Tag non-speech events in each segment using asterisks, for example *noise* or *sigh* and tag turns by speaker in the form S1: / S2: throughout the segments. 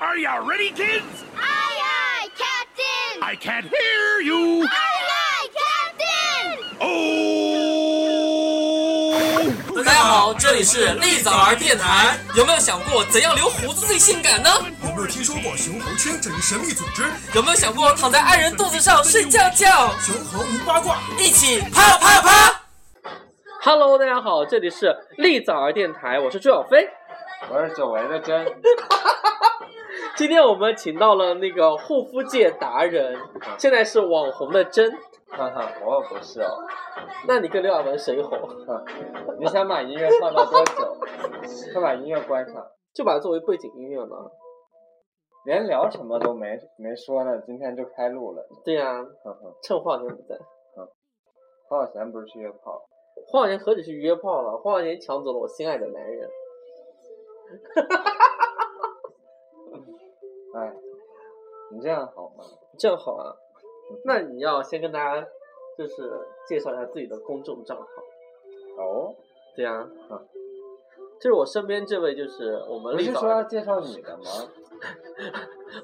S1: Are you ready, kids?
S2: Aye, aye, Captain!
S1: I can't hear you.
S2: Aye, aye, Captain!
S1: Oh!
S3: 大家好，这里是立早儿电台。有没有想过怎样留胡子最性感呢？
S4: 有没有听说过熊猴圈这一神秘组织？
S3: 有没有想过躺在爱人肚子上睡觉觉？
S4: 熊猴无八卦，
S3: 一起啪啪啪！Hello，大家好，这里是立早儿电台，我是朱小飞。
S5: 我是久违的真，
S3: 今天我们请到了那个护肤界达人，现在是网红的真。
S5: 哈哈，我可不是哦。
S3: 那你跟刘亚文谁红？
S5: 你想把音乐放到多久？快把音乐关上，
S3: 就把它作为背景音乐嘛。
S5: 连聊什么都没没说呢，今天就开录了。
S3: 对呀、
S5: 哼哼，
S3: 趁黄晓年不在，
S5: 黄晓贤不是去约炮？
S3: 黄晓年何止是约炮了，黄晓年抢走了我心爱的男人。
S5: 哎，你这样好吗？
S3: 正好啊，那你要先跟大家就是介绍一下自己的公众账号，
S5: 哦，
S3: 对呀、
S5: 啊
S3: 就是我身边这位，就是我们
S5: 不
S3: 立
S5: 是
S3: 早
S5: 说要介绍你的吗？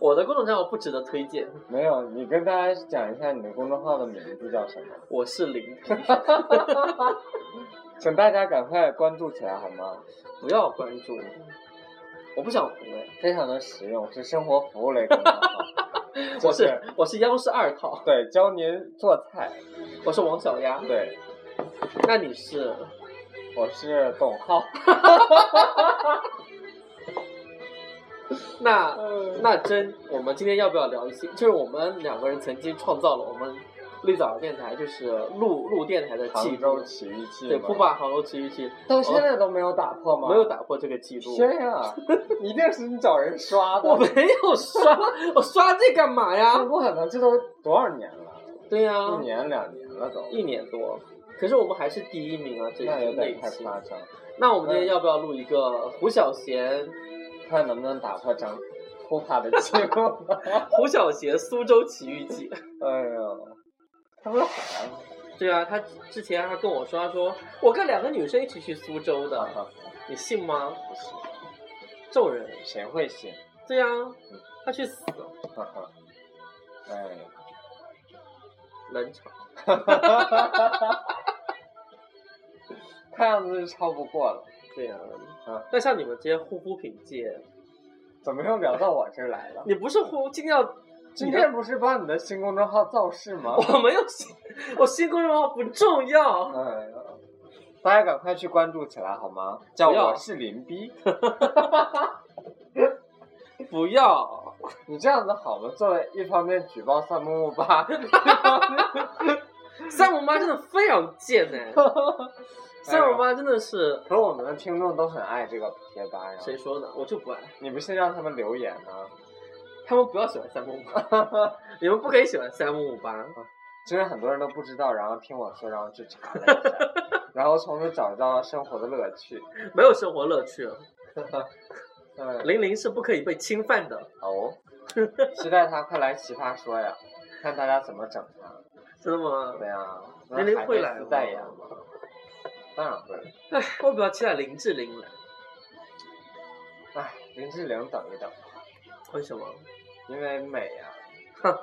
S3: 我的公众账号不值得推荐，
S5: 没有，你跟大家讲一下你的公众号的名字叫什么，
S3: 我是林皮，
S5: 请大家赶快关注起来好吗？
S3: *laughs* 不要关注我，我不想红哎，
S5: 非常的实用，是生活服务类公众号， *laughs* 就
S3: 我是我是央视二套，
S5: 对教您做菜，
S3: 我是王小丫，
S5: 对，
S3: 那你是
S5: 我是董浩。
S3: 那
S5: 嗯
S3: 那真，我们今天要不要聊一些？就是我们两个人曾经创造了我们立早电台，就是录录电台的记
S5: 杭
S3: 录
S5: 州，奇遇记
S3: 对，
S5: 吗
S3: 不把杭州奇遇记
S5: 到现在都没有打破吗？
S3: 没有。打破这个记录。*laughs*
S5: 天呀，啊一定是你找人刷的。
S3: 我没有刷，我刷这干嘛呀？
S5: 不可能，这都多少年了？
S3: 对呀、
S5: 一年两年了都。
S3: 一年多，可是我们还是第一名啊！这
S5: 那有
S3: 那一
S5: 点太
S3: 期。
S5: 夸张，
S3: 那我们今天要不要录一个胡小贤、
S5: 看能不能打破张普卡的记录。
S3: 胡小贤苏州奇遇记？
S5: *laughs* 哎呦，他们好
S3: *laughs* 对啊，他之前还跟我说，他说我跟两个女生一起去苏州的，
S5: *laughs* 像
S3: 你信吗？这种人，
S5: 谁会信？
S3: 对呀、他去死，
S5: 哈哈，哎，
S3: 冷场。
S5: 看样子是超不过了。
S3: 对呀、
S5: 啊
S3: 那像你们这些护肤品界，
S5: 怎么又聊到我这儿来了？
S3: 你不是护，今天要 *laughs*
S5: 今天不是帮你的新公众号造势吗？
S3: 我没有新，我新公众号不重要。
S5: 哎呀，大家赶快去关注起来好吗？叫
S3: 不要
S5: 我是林逼，
S3: 不要，
S5: *laughs* 你这样子好吗？作为一方面举报三木木吧，
S3: 三五妈真的非常贱哎、三五妈真的是
S5: 可是我们的听众都很爱这个贴吧呀。
S3: 谁说的？我就不爱，
S5: 你不信让他们留言呢、
S3: 他们不要喜欢三五八， *laughs* 你们不可以喜欢三五八。
S5: 其实很多人都不知道，然后听我说，然后去查了一下，然后从中找到生活的乐趣。
S3: 没有生活乐趣，
S5: 嗯，
S3: 玲玲是不可以被侵犯的。
S5: 哦，期待他快来奇葩说呀，看大家怎么整他。
S3: 真的吗？
S5: 对呀、那
S3: 玲玲
S5: 海
S3: 会
S5: 飞
S3: 来
S5: 丝
S3: 吗
S5: 代言吗？当然会了。
S3: 唉，我比较期待林志玲来。
S5: 唉，哎林志玲等一等，
S3: 为什么？
S5: 因为美啊呀、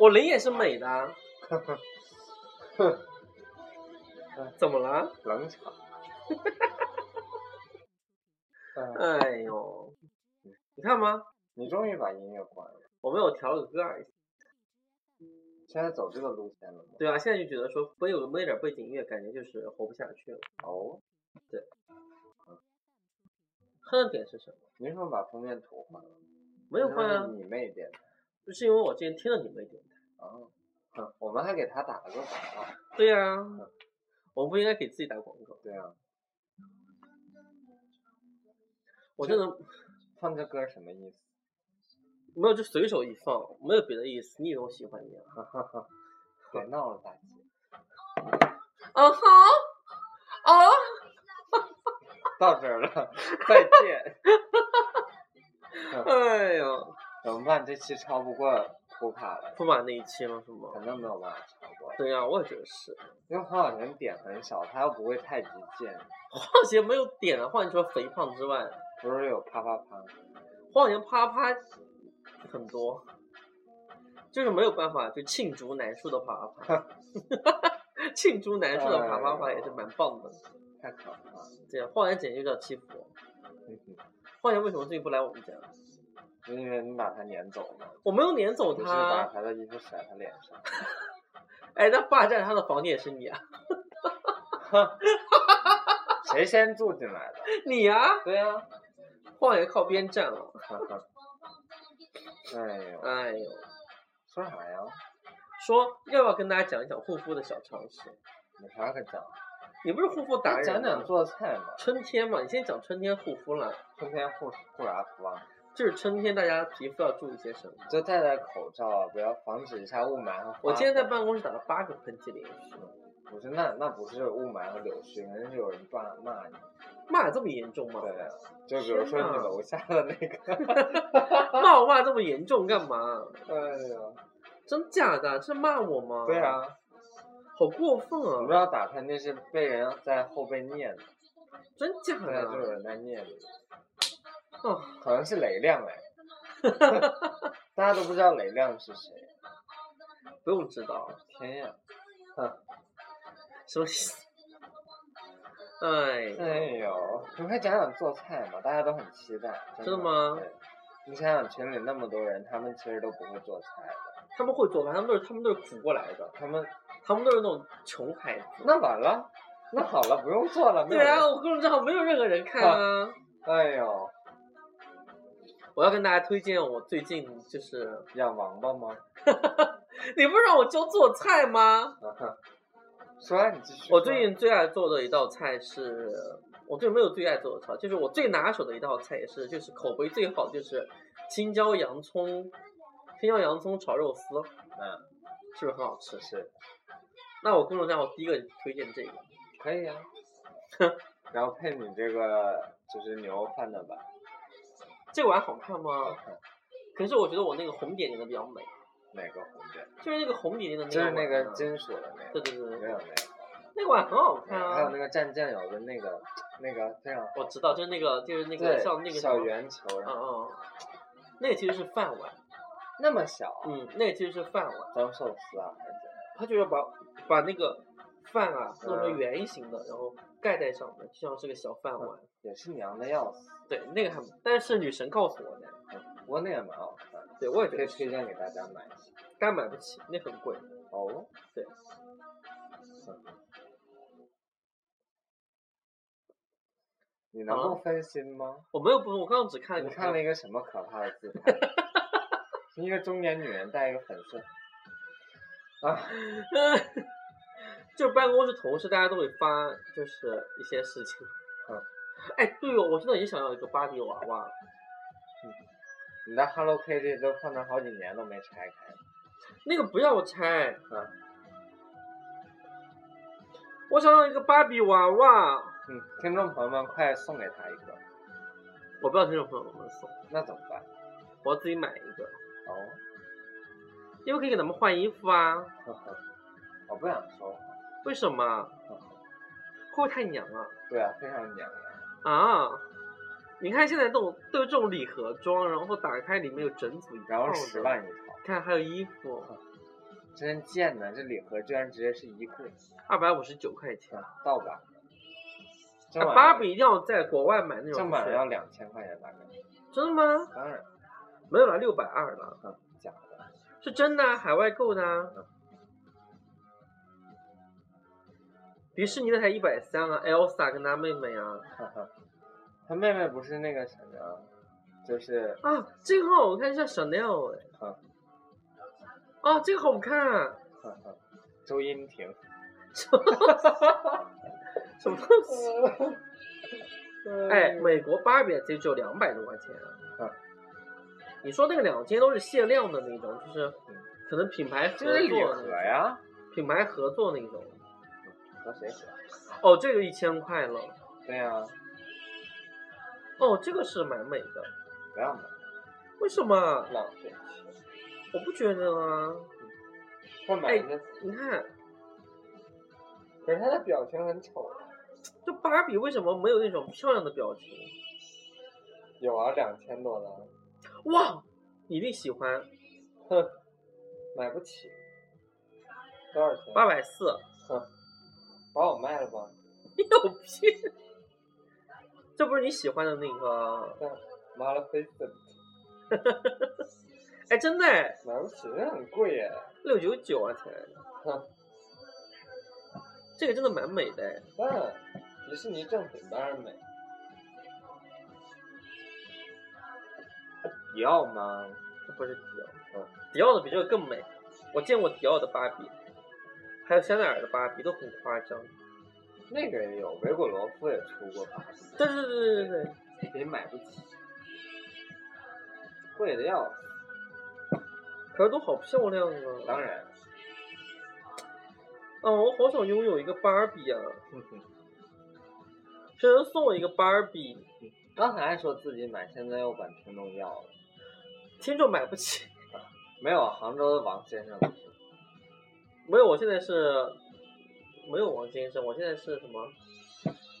S3: 我林也是美的啊。怎么了？
S5: 冷场。啊嗯，
S3: 哎呦，你看吗？
S5: 你终于把音乐关了，
S3: 我没有调个歌啊而已。
S5: 现在走这个路线了吗？
S3: 对啊，现在就觉得说没有没有点背景音乐，感觉就是活不下去了。
S5: 哦，
S3: 恨点是什么？
S5: 你为什么把封面图换了？
S3: 没有换
S5: 那
S3: 啊
S5: 是，你妹点的。
S3: 就是因为我之前听了你们一点。
S5: 哦，哼我们还给他打了个广告。
S3: 对呀、嗯我们不应该给自己打广告。
S5: 对啊，
S3: 我真的
S5: 放这歌什么意思？
S3: 没有，就随手一放，没有别的意思。你以为我喜欢你啊？
S5: 别闹了，大姐。
S3: 啊哈，啊，
S5: 到这儿了，再见。 *laughs*
S3: 哎呀，
S5: 怎么办？这期超不过普卡了，
S3: 不把那一期了是吗？
S5: 肯定没有办法超过，
S3: 对呀、我也觉得是。
S5: 因为黄晓明点很少，他又不会太极剑，
S3: 换鞋没有点的话，你除了肥胖之外，
S5: 不是有啪啪啪。
S3: 花园啪啪很多，就是没有办法就庆祝南叔的啪啪， *laughs* 庆祝南叔的啪啪啪也是蛮棒的。
S5: 太可怕了。
S3: 对，花园简直就叫欺负我。
S5: 嗯哼
S3: 花园为什么最近不来我们家？
S5: 因为你把他撵走了，
S3: 我没有撾走
S5: 你是把
S3: 哦他，
S5: 他的衣服甩他脸上。
S3: 哎，那霸占他的房子也是你啊，
S5: 谁先住进来的？
S3: 你啊，
S5: 对呀、啊。
S3: 花园靠边站了。
S5: *laughs* 哎呦，
S3: 哎呦，
S5: 说啥呀？
S3: 说要不要跟大家讲一讲护肤的小常识？
S5: 有啥可讲？
S3: 你不是护肤达人
S5: 讲
S3: 吗？
S5: 讲做菜嘛，
S3: 春天嘛，你先讲春天护肤了，
S5: 春天护护啥肤啊？
S3: 就是春天大家皮肤要注意些什么？
S5: 就戴戴口罩啊，不要防止一下雾霾和花
S3: 我今天在
S5: 粉
S3: 办公室打了八个喷嚏淋湿，
S5: 不是那那不是雾霾和柳絮，人家是有人骂骂你。
S3: 骂这么严重吗？
S5: 对，啊就比如说
S3: 天
S5: 你
S3: 哪
S5: 楼下的那个，
S3: 骂我骂这么严重干嘛？
S5: 哎呦，
S3: 真假的？是骂我吗？
S5: 对，啊，
S3: 好过分
S5: 我们
S3: 啊！
S5: 要打喷嚏是被人在后背念的，
S3: 真假
S5: 对啊，就有
S3: 的？
S5: 人在念你，
S3: 哦，
S5: 可能是雷
S3: *laughs*
S5: 亮哎，大家都不知道雷亮是谁，
S3: 不用知道，啊
S5: 天呀，
S3: 什么意思？哎，
S5: 哎呦，你快讲讲做菜嘛，大家都很期待，真
S3: 真的吗
S5: 对你想想群里那么多人，他们其实都不会做菜的，
S3: 他们会做饭，他们都是他们都是苦过来的，
S5: 他们
S3: 他们都是那种穷孩子。
S5: 那完了，那好了，不用做了，没有
S3: 对
S5: 人
S3: 啊，我公众账号没有任何人看啊。
S5: 哎呦，
S3: 我要跟大家推荐我最近就是，
S5: 养王八吗？
S3: *laughs* 你不是让我教做菜吗？
S5: 啊哈说啊，你继续说。
S3: 我最近最爱做的一道菜是，我最近没有最爱做的菜，就是我最拿手的一道菜，也是就是口碑最好，就是青椒洋葱，青椒洋葱炒肉丝，
S5: 嗯，
S3: 是不是很好吃？
S5: 是
S3: 那我公众账号第一个推荐这个，
S5: 可以
S3: *laughs*
S5: 啊，然后配你这个就是牛饭的吧，
S3: 这个玩意儿好看吗？可是我觉得我那个红点点的比较美，
S5: 哪个红点？
S3: 就是那个红点点的那个，
S5: 就是那个，金属的那
S3: 嗯对
S5: 个，
S3: 对对
S5: 没
S3: 对
S5: 有
S3: 对，
S5: 那
S3: 那个碗很好看
S5: 个，还有
S3: 啊
S5: 那。个蘸酱油的那个那个非常
S3: 我知道，就是那个，就是那个
S5: 对
S3: 像那个什
S5: 小
S3: 么
S5: 圆球，然
S3: 嗯
S5: 后
S3: 嗯，那个其实是饭碗，
S5: 那么小，啊
S3: 嗯，那个其实是饭碗，
S5: 当寿司啊还是怎样？
S3: 它就是把把那个饭啊弄成
S5: 嗯
S3: 圆形的，然后盖在上面，就像是个小饭碗。
S5: 也是娘的要死，嗯
S3: 对，那个还，但是女神告诉我的，
S5: 不过那也蛮好看的，
S3: 对我也觉
S5: 可以
S3: 得
S5: 推
S3: 是，
S5: 荐给大家买一下。
S3: 但买不起，那很贵。
S5: 哦，
S3: 对
S5: 嗯。你能
S3: 好
S5: 够分心吗？
S3: 我没有不，我刚刚只看了
S5: 你
S3: 一个
S5: 看了一个什么可怕的
S3: *laughs*
S5: 自拍？是一个中年女人戴一个粉色，
S3: 嗯， *laughs* 就是办公室同事，大家都会发，就是一些事情。
S5: 嗯。
S3: 哎，对哦，我真的也想要一个芭比娃娃。
S5: 你的 Hello Kitty 都放那好几年都没拆开。
S3: 那个不要拆。
S5: 嗯
S3: 我想要一个芭比娃娃，
S5: 嗯，听众朋友们，快送给她一个，
S3: 我不要听众朋友们送，
S5: 那怎么办？
S3: 我要自己买一个，
S5: 哦，
S3: 因为可以给他们换衣服啊。
S5: 呵呵，我不想说话。
S3: 为什么？
S5: 呵呵
S3: 会不会太娘啊？
S5: 对啊，非常娘呀。
S3: 啊！你看现在这种都有这种礼盒装，然后打开里面有整组一
S5: 然
S3: 套
S5: 后
S3: 的，
S5: 十万一嗯套，
S3: 看还有衣服，
S5: 真贱呢！这礼盒居然直接是一柜，
S3: 二百五十九块钱。
S5: 啊盗版的。这
S3: 哎
S5: 玩意
S3: 芭
S5: 儿
S3: 比一定要在国外买那种，
S5: 正版要两千块钱大概，
S3: 真的吗？
S5: 当然，
S3: 没有了，六百二了，
S5: 嗯，假的，
S3: 是真的啊，海外购的啊。迪士尼的才一百三啊，Elsa 跟她妹妹啊，
S5: 哈哈。他妹妹不是那个什么，就是
S3: 啊，这个很好看，像 Chanel 哎、
S5: 嗯
S3: 哦，这个好看、啊，
S5: 哈哈，周英婷，
S3: 什么东西？ *laughs* 哎，美国芭比这只有两百多块钱、啊
S5: 嗯
S3: 你说那个两千都是限量的那种，就是可能品牌合
S5: 这
S3: 作
S5: 是礼
S3: 那
S5: 盒
S3: 种，
S5: 呀，
S3: 品牌合作那种。
S5: 和谁合？
S3: 哦，这个一千块了。
S5: 对啊呀、
S3: 哦，这个是蛮美的，
S5: 不要买，
S3: 为什么？啊
S5: 浪费，
S3: 我不觉得啊。
S5: 或买
S3: 哎
S5: 一个，
S3: 你看，
S5: 可是他的表情很丑啊。
S3: 这芭比为什么没有那种漂亮的表情？
S5: 有啊，两千多的，
S3: 哇，你一定喜欢，
S5: 哼，买不起，多少钱？
S3: 八百四，
S5: 哼，把我卖了吧。
S3: 你有病！这不是你喜欢的那个？
S5: 但妈了飞的，
S3: 哎，真的哎，
S5: 买不起，那很贵耶。
S3: 六九九啊才，
S5: 哼，
S3: 这个真的蛮美的哎。
S5: 但迪士尼正品当然美。迪奥吗？
S3: 这不是迪奥，嗯，迪奥的比这个更美。我见过迪奥的芭比，还有香奈儿的芭比都很夸张。
S5: 那个也有，维果罗夫也出过吧？
S3: 对对对对对对，
S5: 也买不起，贵的要死。
S3: 可是都好漂亮啊！
S5: 当然，
S3: 嗯，我好想拥有一个芭比啊！
S5: 哼
S3: *laughs*
S5: 哼
S3: 谁能送我一个芭比？
S5: 刚才还说自己买，现在又管听众要了。
S3: 听众买不起。
S5: 没有，杭州的王先生
S3: 没有，我现在是没有王先生，我现在是什么？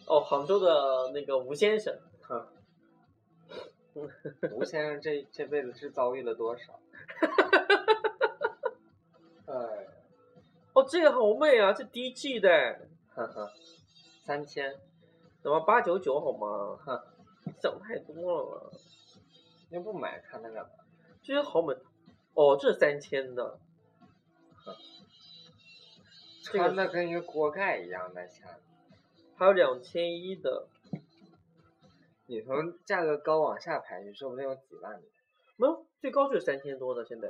S3: 哦，杭州的那个吴先生，
S5: 吴先生这这辈子是遭遇了
S3: *laughs*
S5: 多少？哎，
S3: 哦，这个好美啊，这 DG 的，
S5: 呵呵，三千，
S3: 怎么八九九好吗？
S5: 哼，
S3: *laughs* 想太多了，啊
S5: 又不买看它干嘛？
S3: 这些好美。哦，这是三千的，这个
S5: 穿的跟一个锅盖一样在下面。
S3: 还有两千一的，
S5: 你从价格高往下排序，说不定有几万的。
S3: 没有，最高就是三千多的现在。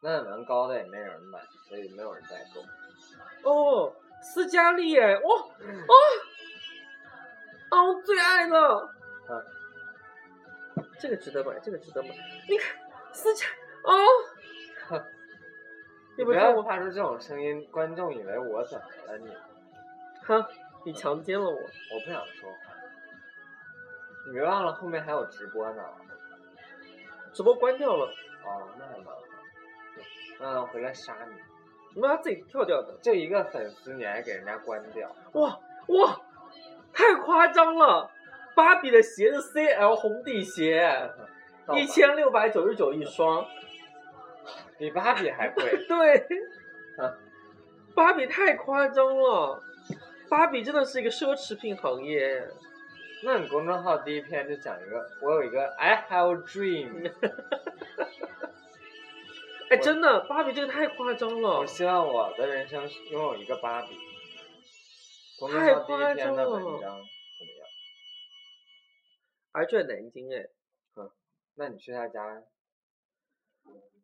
S5: 那能高的也没人买，所以没有人代购。
S3: 哦，斯嘉丽哎，哇、哦、哦，啊，我最爱了。
S5: 嗯
S3: 这个值得买，这个值得买。你看，斯嘉哦，你
S5: 不
S3: 不是
S5: 要
S3: 我
S5: 发出这种声音，观众以为我怎么了你？
S3: 哈，你强奸了我。
S5: 我不想说话。你别忘了后面还有直播呢。
S3: 直播关掉了，
S5: 哦，那还蛮好。那我回来杀你。
S3: 你妈自己跳掉的。
S5: 就一个粉丝，你还给人家关掉？
S3: 哇哇，太夸张了！芭比的鞋是 CL 红底鞋，
S5: 盗版
S3: 一千六百九十九一双。。
S5: 比芭比还
S3: *laughs*
S5: 贵
S3: 对
S5: 啊，
S3: 芭比太夸张了，芭比真的是一个奢侈品行业。
S5: 那你公众号第一篇就讲一个，我有一个哎 I have a dream，
S3: 哎，
S5: 我
S3: 真的，芭比这个太夸张了
S5: 我，希望我的人生拥有一个芭比。公众
S3: 太
S5: 号第
S3: 夸
S5: 一篇的
S3: 张
S5: 文
S3: 了
S5: 章怎么样？
S3: 而就在南京，哎，
S5: 那你去他家，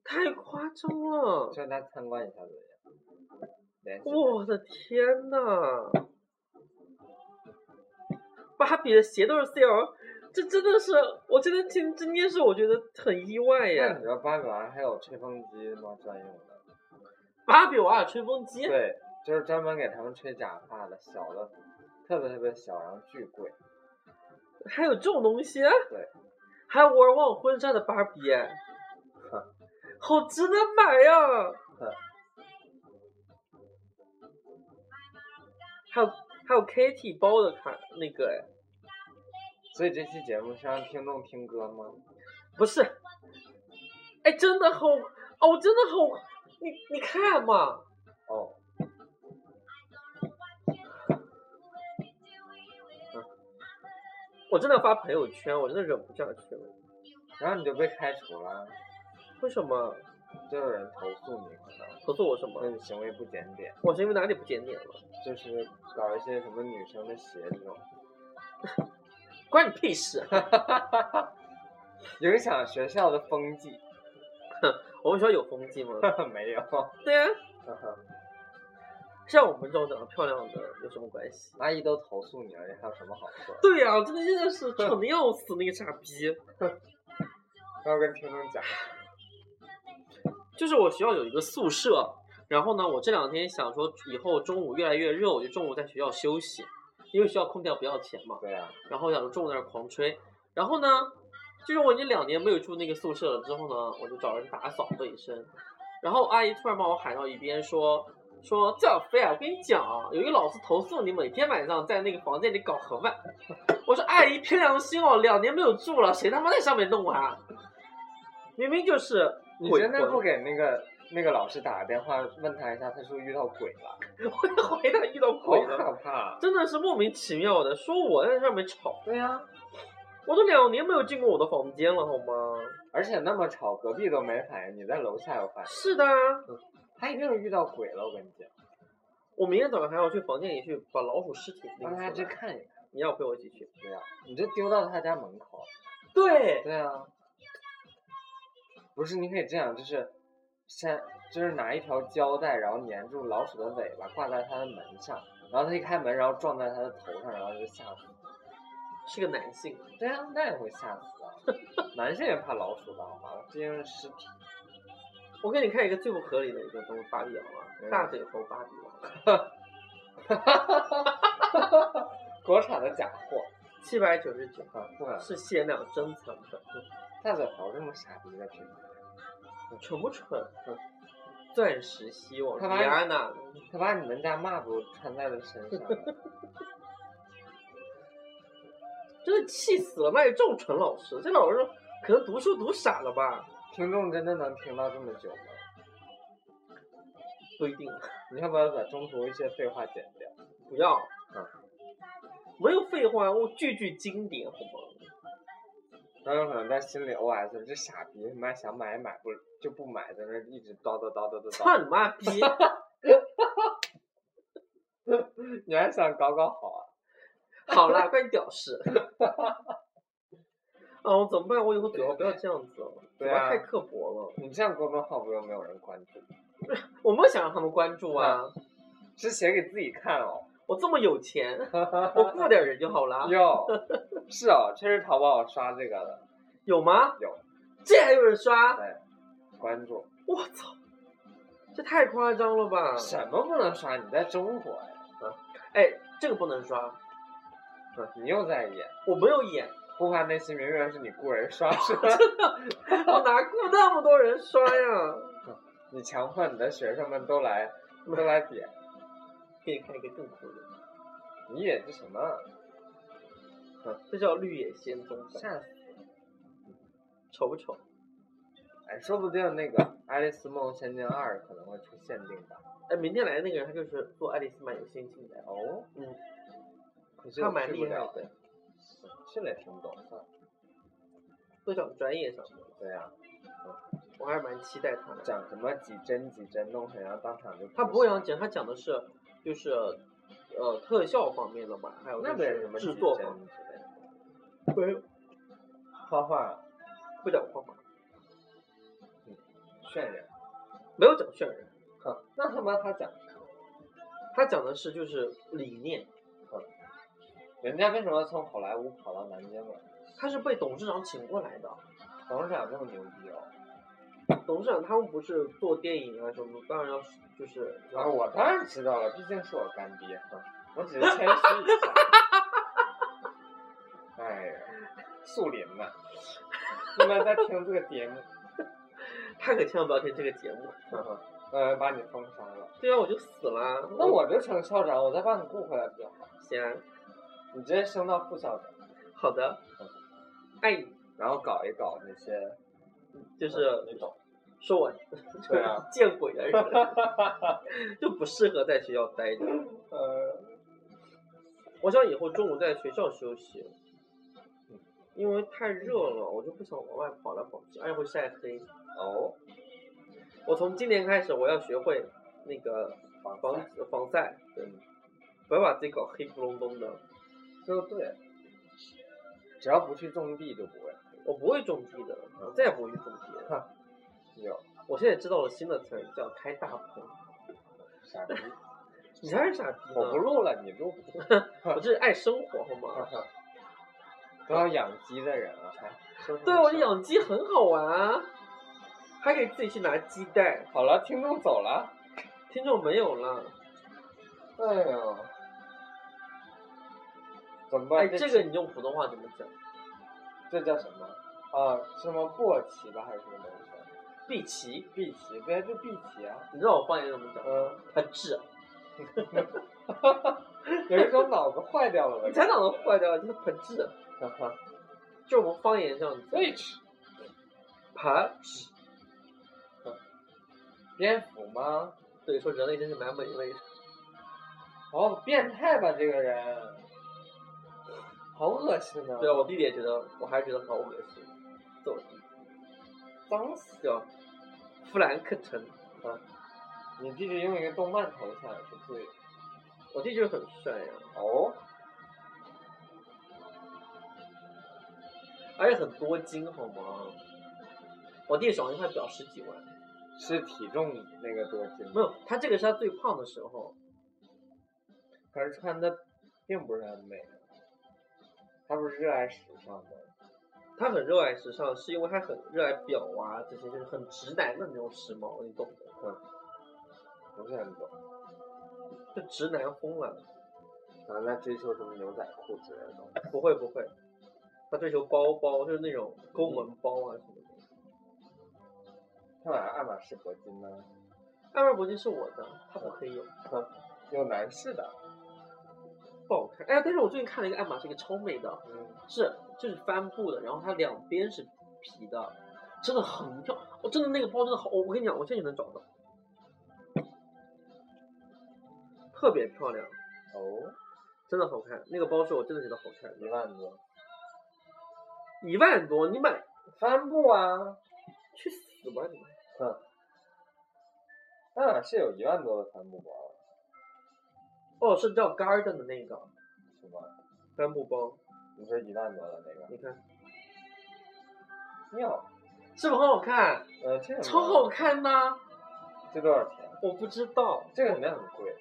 S3: 太夸张了
S5: *laughs* 去，他家参观一下怎么样？联系他
S3: 我的天呐！芭比的鞋都是 CL，这真的是我今天听这件事，我觉得很意外
S5: 那
S3: 耶
S5: 你。知道芭比娃娃还有吹风机吗？专用的？
S3: 芭比娃娃吹风机，
S5: 对，就是专门给他们吹假发的，小的，特别特别小，然后巨贵。
S3: 还有这种东西？
S5: 对，
S3: 还有我忘婚纱的芭比耶
S5: 哼，
S3: 好值得买啊呀！
S5: 哼
S3: 还有还有 Kitty 包的卡那个哎，
S5: 所以这期节目是让听众听歌吗？
S3: 不是，哎，真的好哦，真的好，你你看嘛，
S5: 哦，
S3: 我真的发朋友圈，我真的忍不下去了，
S5: 然后你就被开除了，
S3: 为什么？
S5: 就有人投诉你，可能
S3: 投诉我什
S5: 说
S3: 么？
S5: 你行为不检点，
S3: 我是因为哪里不检点了？
S5: 就是搞一些什么女生的鞋这种。
S3: 关你屁事！啊
S5: 影响学校的风纪，
S3: *laughs*
S5: *laughs*
S3: 我们学校有风纪吗？
S5: 没有， *laughs*
S3: 对啊，像我们这种长得漂亮的有什么关系？
S5: 阿姨都投诉你了，你还有什么好说？
S3: *laughs* 对呀、我真的真的是蠢的要死，那个傻逼。
S5: 要跟听众讲，
S3: 就是我学校有一个宿舍，然后呢，我这两天想说以后中午越来越热，我就中午在学校休息，因为学校空调不要钱嘛。
S5: 对啊，
S3: 然后想着中午在那儿狂吹，然后呢，就是我已经两年没有住那个宿舍了，之后呢，我就找人打扫卫生，然后阿姨突然把我喊到一边说。说赵飞啊，我跟你讲啊，有一个老师投诉你每天晚上在那个房间里搞盒饭。我说阿姨凭良心哦，两年没有住了，谁他妈在上面弄啊？明明就是
S5: 你
S3: 鬼
S5: 真的不
S3: *laughs* 魂，
S5: 给那个那个老师打个电话问他一下，他是不是遇到鬼了？
S3: 会回答遇到
S5: 好
S3: 鬼了，
S5: 可怕！啊
S3: 真的是莫名其妙的。说我在上面吵，
S5: 对啊呀、
S3: 我都两年没有进过我的房间了，好吗？
S5: 而且那么吵，隔壁都没反应，你在楼下有反应，
S3: 是的啊，
S5: 他一定是遇到鬼了。我跟你讲，
S3: 我明天早上还要去房间里去把老鼠尸体拎
S5: 让他
S3: 出
S5: 去
S3: 来。
S5: 看一看。
S3: 你要陪我一起去？
S5: 对呀、你就丢到他家门口。
S3: 对，
S5: 对啊，不是，你可以这样，就是先就是拿一条胶带，然后粘住老鼠的尾巴，挂在它的门上，然后它一开门，然后撞在它的头上，然后就吓死。
S3: 是个男性。
S5: 对啊，那也会吓死啊！男生也怕老鼠吧？好吗？毕竟是尸体。
S3: 我给你看一个最不合理的一个东西，芭比娃娃，
S5: 嗯
S3: 大嘴猴芭比娃娃，
S5: 国产的假货
S3: 七百九十九，
S5: 啊！对啊，
S3: 是限量珍藏版，
S5: 大嘴猴这么傻逼的品牌，
S3: 蠢不蠢
S5: 嗯？
S3: 钻石希望，迪
S5: 看来
S3: 安娜，
S5: 他把你们家抹布穿在了身上啊了，
S3: 真的气死了！那有这种蠢老师，这老师可能读书读傻了吧？
S5: 听众真的能听到这么久吗？
S3: 不一定，
S5: *laughs* 你要不要把中途一些废话剪掉？
S3: 不要
S5: 嗯。
S3: 没有废话，我句句经典，好
S5: *laughs*
S3: 吗？
S5: 他有可能在心里 OS：这傻逼他妈想买也买不就不买，在那儿一直叨叨叨叨叨
S3: 操
S5: 叨。
S3: 你妈逼！
S5: 你还想搞搞好啊？
S3: *laughs* 好啦，关你屌事！ *laughs* 哦，怎么办？我以后嘴巴不要这样子了，哦嘴
S5: 对啊
S3: 巴太刻薄了。
S5: 你这样公众号不又没有人关注？
S3: 我没有想让他们关注啊，
S5: 是写给自己看哦。
S3: 我这么有
S5: *laughs*
S3: 钱，我雇点人就好啦。
S5: 哟，是哦，确实淘宝刷这个的，
S3: 有吗？
S5: 有，
S3: 这还有人刷？
S5: 对，关注。
S3: 我操，这太夸张了吧！
S5: 什么不能刷？你在中国呀？
S3: 哎，这个不能刷，
S5: 你又在演，
S3: 我没有演，
S5: 不怕那些明明是你雇人刷出
S3: 我哪雇那么多人刷呀？
S5: *laughs* 你强迫你的学生们都来都来点，
S3: 给你看一个更酷的，
S5: 你也这什么？
S3: 这叫绿野仙踪，
S5: 吓死！
S3: 丑不丑？
S5: 哎，说不定那个《爱丽丝梦游仙境二》可能会出限定版。
S3: 哎，明天来的那个人，他就是做爱丽丝漫游仙境的，
S5: 哦，
S3: 嗯，
S5: 可是
S3: 他
S5: 我
S3: 蛮
S5: 去
S3: 厉
S5: 不
S3: 害
S5: 了
S3: 的，
S5: 去了也听不懂。算了
S3: 都讲专业上的，
S5: 对呀、
S3: 我还是蛮期待他的。
S5: 讲什么几帧几帧弄成，然后当场就
S3: 他不会
S5: 想
S3: 讲讲，他讲的是就是呃特效方面的吧，还有
S5: 那
S3: 就
S5: 边
S3: 是
S5: 什么
S3: 制
S5: 几
S3: 作
S5: 帧
S3: 方面。
S5: 之类的
S3: 没有
S5: 画画
S3: 不讲画法，
S5: 渲染，
S3: 没有讲渲染，
S5: 哼，那他妈他讲，
S3: 他讲的是就是理念，
S5: 人家为什么从好莱坞跑到南京了？
S3: 他是被董事长请过来的。
S5: 董事长这么牛逼哦！
S3: 董事长他们不是做电影啊什么，当然要是就是要
S5: 啊，我当然知道了，毕竟是我干爹，哼，我只是谦虚一下。哎呀，素林呐、你们在听这个节目，
S3: 他可千万不要听这个节目。
S5: 哼哼呃，把你封杀了。
S3: 对啊，我就死了。
S5: 那我就成校长，我再把你雇回来不就好？
S3: 行啊，
S5: 你直接升到副校长，
S3: 好的，爱你
S5: 然后搞一搞那些，
S3: 就是
S5: 你懂。
S3: 说我
S5: 啊对啊
S3: *laughs* 见鬼的人，就不适合在学校待着。
S5: *laughs* 呃，
S3: 我想以后中午在学校休息，嗯因为太热了，我就不想往外跑来跑去，而且会晒黑。
S5: 哦，
S3: 我从今年开始，我要学会那个
S5: 防
S3: 防
S5: 晒
S3: 防晒，
S5: 对，
S3: 不要把自己搞黑不隆咚的。
S5: 就对，只要不去种地就不会
S3: 我不会种地的，我再也不会去种地了。
S5: 有
S3: 我现在知道了新的词儿，叫开大棚。
S5: 傻逼。
S3: 你才是傻逼呢！
S5: 我不，啊录了，你录 *laughs* 不录？
S3: 我这是爱生活好吗？
S5: 都要养鸡的人了，还说什么
S3: 对，我
S5: 事儿
S3: 养鸡很好玩啊，还可以自己去拿鸡蛋。
S5: 好了，听众走了。
S3: 听众没有了，
S5: 哎呦，怎么办？
S3: 哎，这个你用普通话怎么讲？
S5: 这叫什么？啊，什么簸箕吧，还是什么东西？
S3: 碧琪，
S5: 碧琪，对，就碧琪啊。
S3: 你知道我方言怎么讲？
S5: 嗯，
S3: 很智，
S5: 有一种脑子坏掉了的
S3: 你 *laughs*
S5: 感觉。
S3: 才脑子啊
S5: *laughs* 啊
S3: 坏掉，就是很智，
S5: 坏。
S3: 就是我们方言上
S5: H，啊？蝙蝠吗？
S3: 对，说人类真是蛮美味的。
S5: 好哦变态吧，这个人，好恶心呢、
S3: 对啊，我弟弟也觉得，我还是觉得好恶心，揍弟，脏死了，弗兰克城啊，
S5: 你弟弟用一个动漫头像也是对的。
S3: 我弟就是很帅啊呀、
S5: 哦，
S3: 而且很多金好吗？我弟手上一块表十几万，
S5: 是体重那个多斤
S3: 没，有，他这个是他最胖的时候，
S5: 可是穿的并不是很美。他不是热爱时尚吗？
S3: 他很热爱时尚，是因为他很热爱表啊，这些就是很直男的那种时髦，你懂的，嗯，
S5: 不是很懂。
S3: 就直男风啊了。
S5: 然后在啊追求什么牛仔裤之类的东西。
S3: 不会不会，他追求包包，就是那种公文包啊什么的。
S5: 他买了爱马仕铂金呢，
S3: 爱马仕铂金是我的，他不可以有，
S5: 有男士的。
S3: 不好看。哎，但是我最近看了一个爱马仕，一个超美的，
S5: 嗯，
S3: 是就是帆布的，然后它两边是皮的，真的很漂亮。我真的那个包真的好，我我跟你讲，我现在就能找到，特别漂亮，
S5: 哦，
S3: 真的好看。那个包是我真的觉得好看
S5: 一
S3: 的，
S5: 万多。
S3: 一万多，你买
S5: 帆布啊，
S3: 去死吧你！
S5: 哼，爱马啊仕有一万多的帆布包，
S3: 哦，是叫 Garden 的那个
S5: 是吗？
S3: 帆布包，
S5: 你说一万多的那个
S3: 你看
S5: 妙，
S3: 是不是很好看？
S5: 呃，这个
S3: 超
S5: 没
S3: 好看呐、
S5: 这多少钱？
S3: 我不知道，
S5: 这个没有很贵，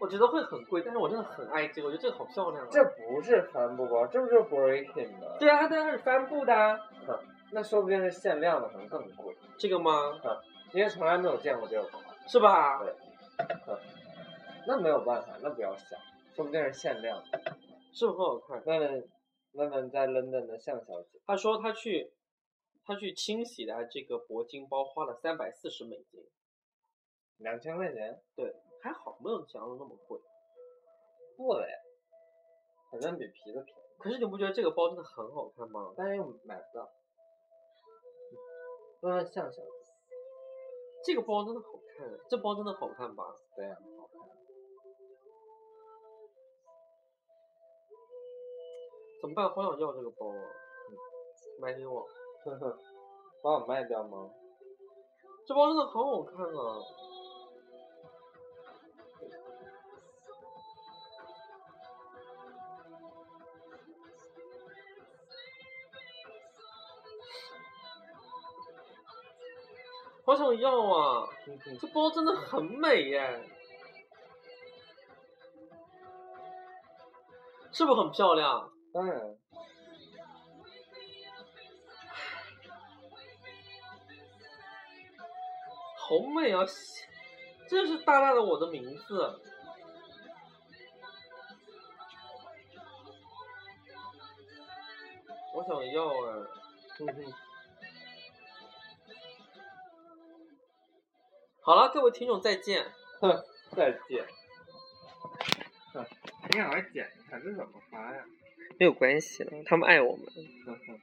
S3: 我觉得会很贵，但是我真的很爱这个，我觉得这个好漂亮、啊。
S5: 这不是帆布包，这不是 Breaking 吗？
S3: 对啊，它当然是帆布的、啊，
S5: 那说不定是限量的，可能更贵，
S3: 这个吗？
S5: 因为从来没有见过这个款。
S3: 是吧？
S5: 对那没有办法，那不要想，说不定是限量的。
S3: 是不是很好看？
S5: 问问问问在伦敦的向小姐，
S3: 他说他去他去清洗了这个铂金包，花了三百四十美金，
S5: 两千块钱
S3: 对，还好没有想象中那么贵。
S5: 做的呀，反正比皮子便宜，
S3: 可是你不觉得这个包真的很好看吗？
S5: 但是又买不到。问问向小姐，
S3: 嗯这个包真的好看，啊这包真的好看吧？啊
S5: 对呀、
S3: 怎么办？好想要这个包啊！买给我， *laughs*
S5: 呵呵，把我卖掉吗？
S3: 这包真的好好看啊！好想要啊！这包真的很美耶，是不是很漂亮？
S5: 当然，
S3: 好美啊！西这是大大的我的名字。我想要哎、
S5: 哼哼，
S3: 好了，各位听众再见。
S5: 再见。你赶快剪一下，这怎么发呀？
S3: 没有关系了，他们爱我们。
S5: 呵呵，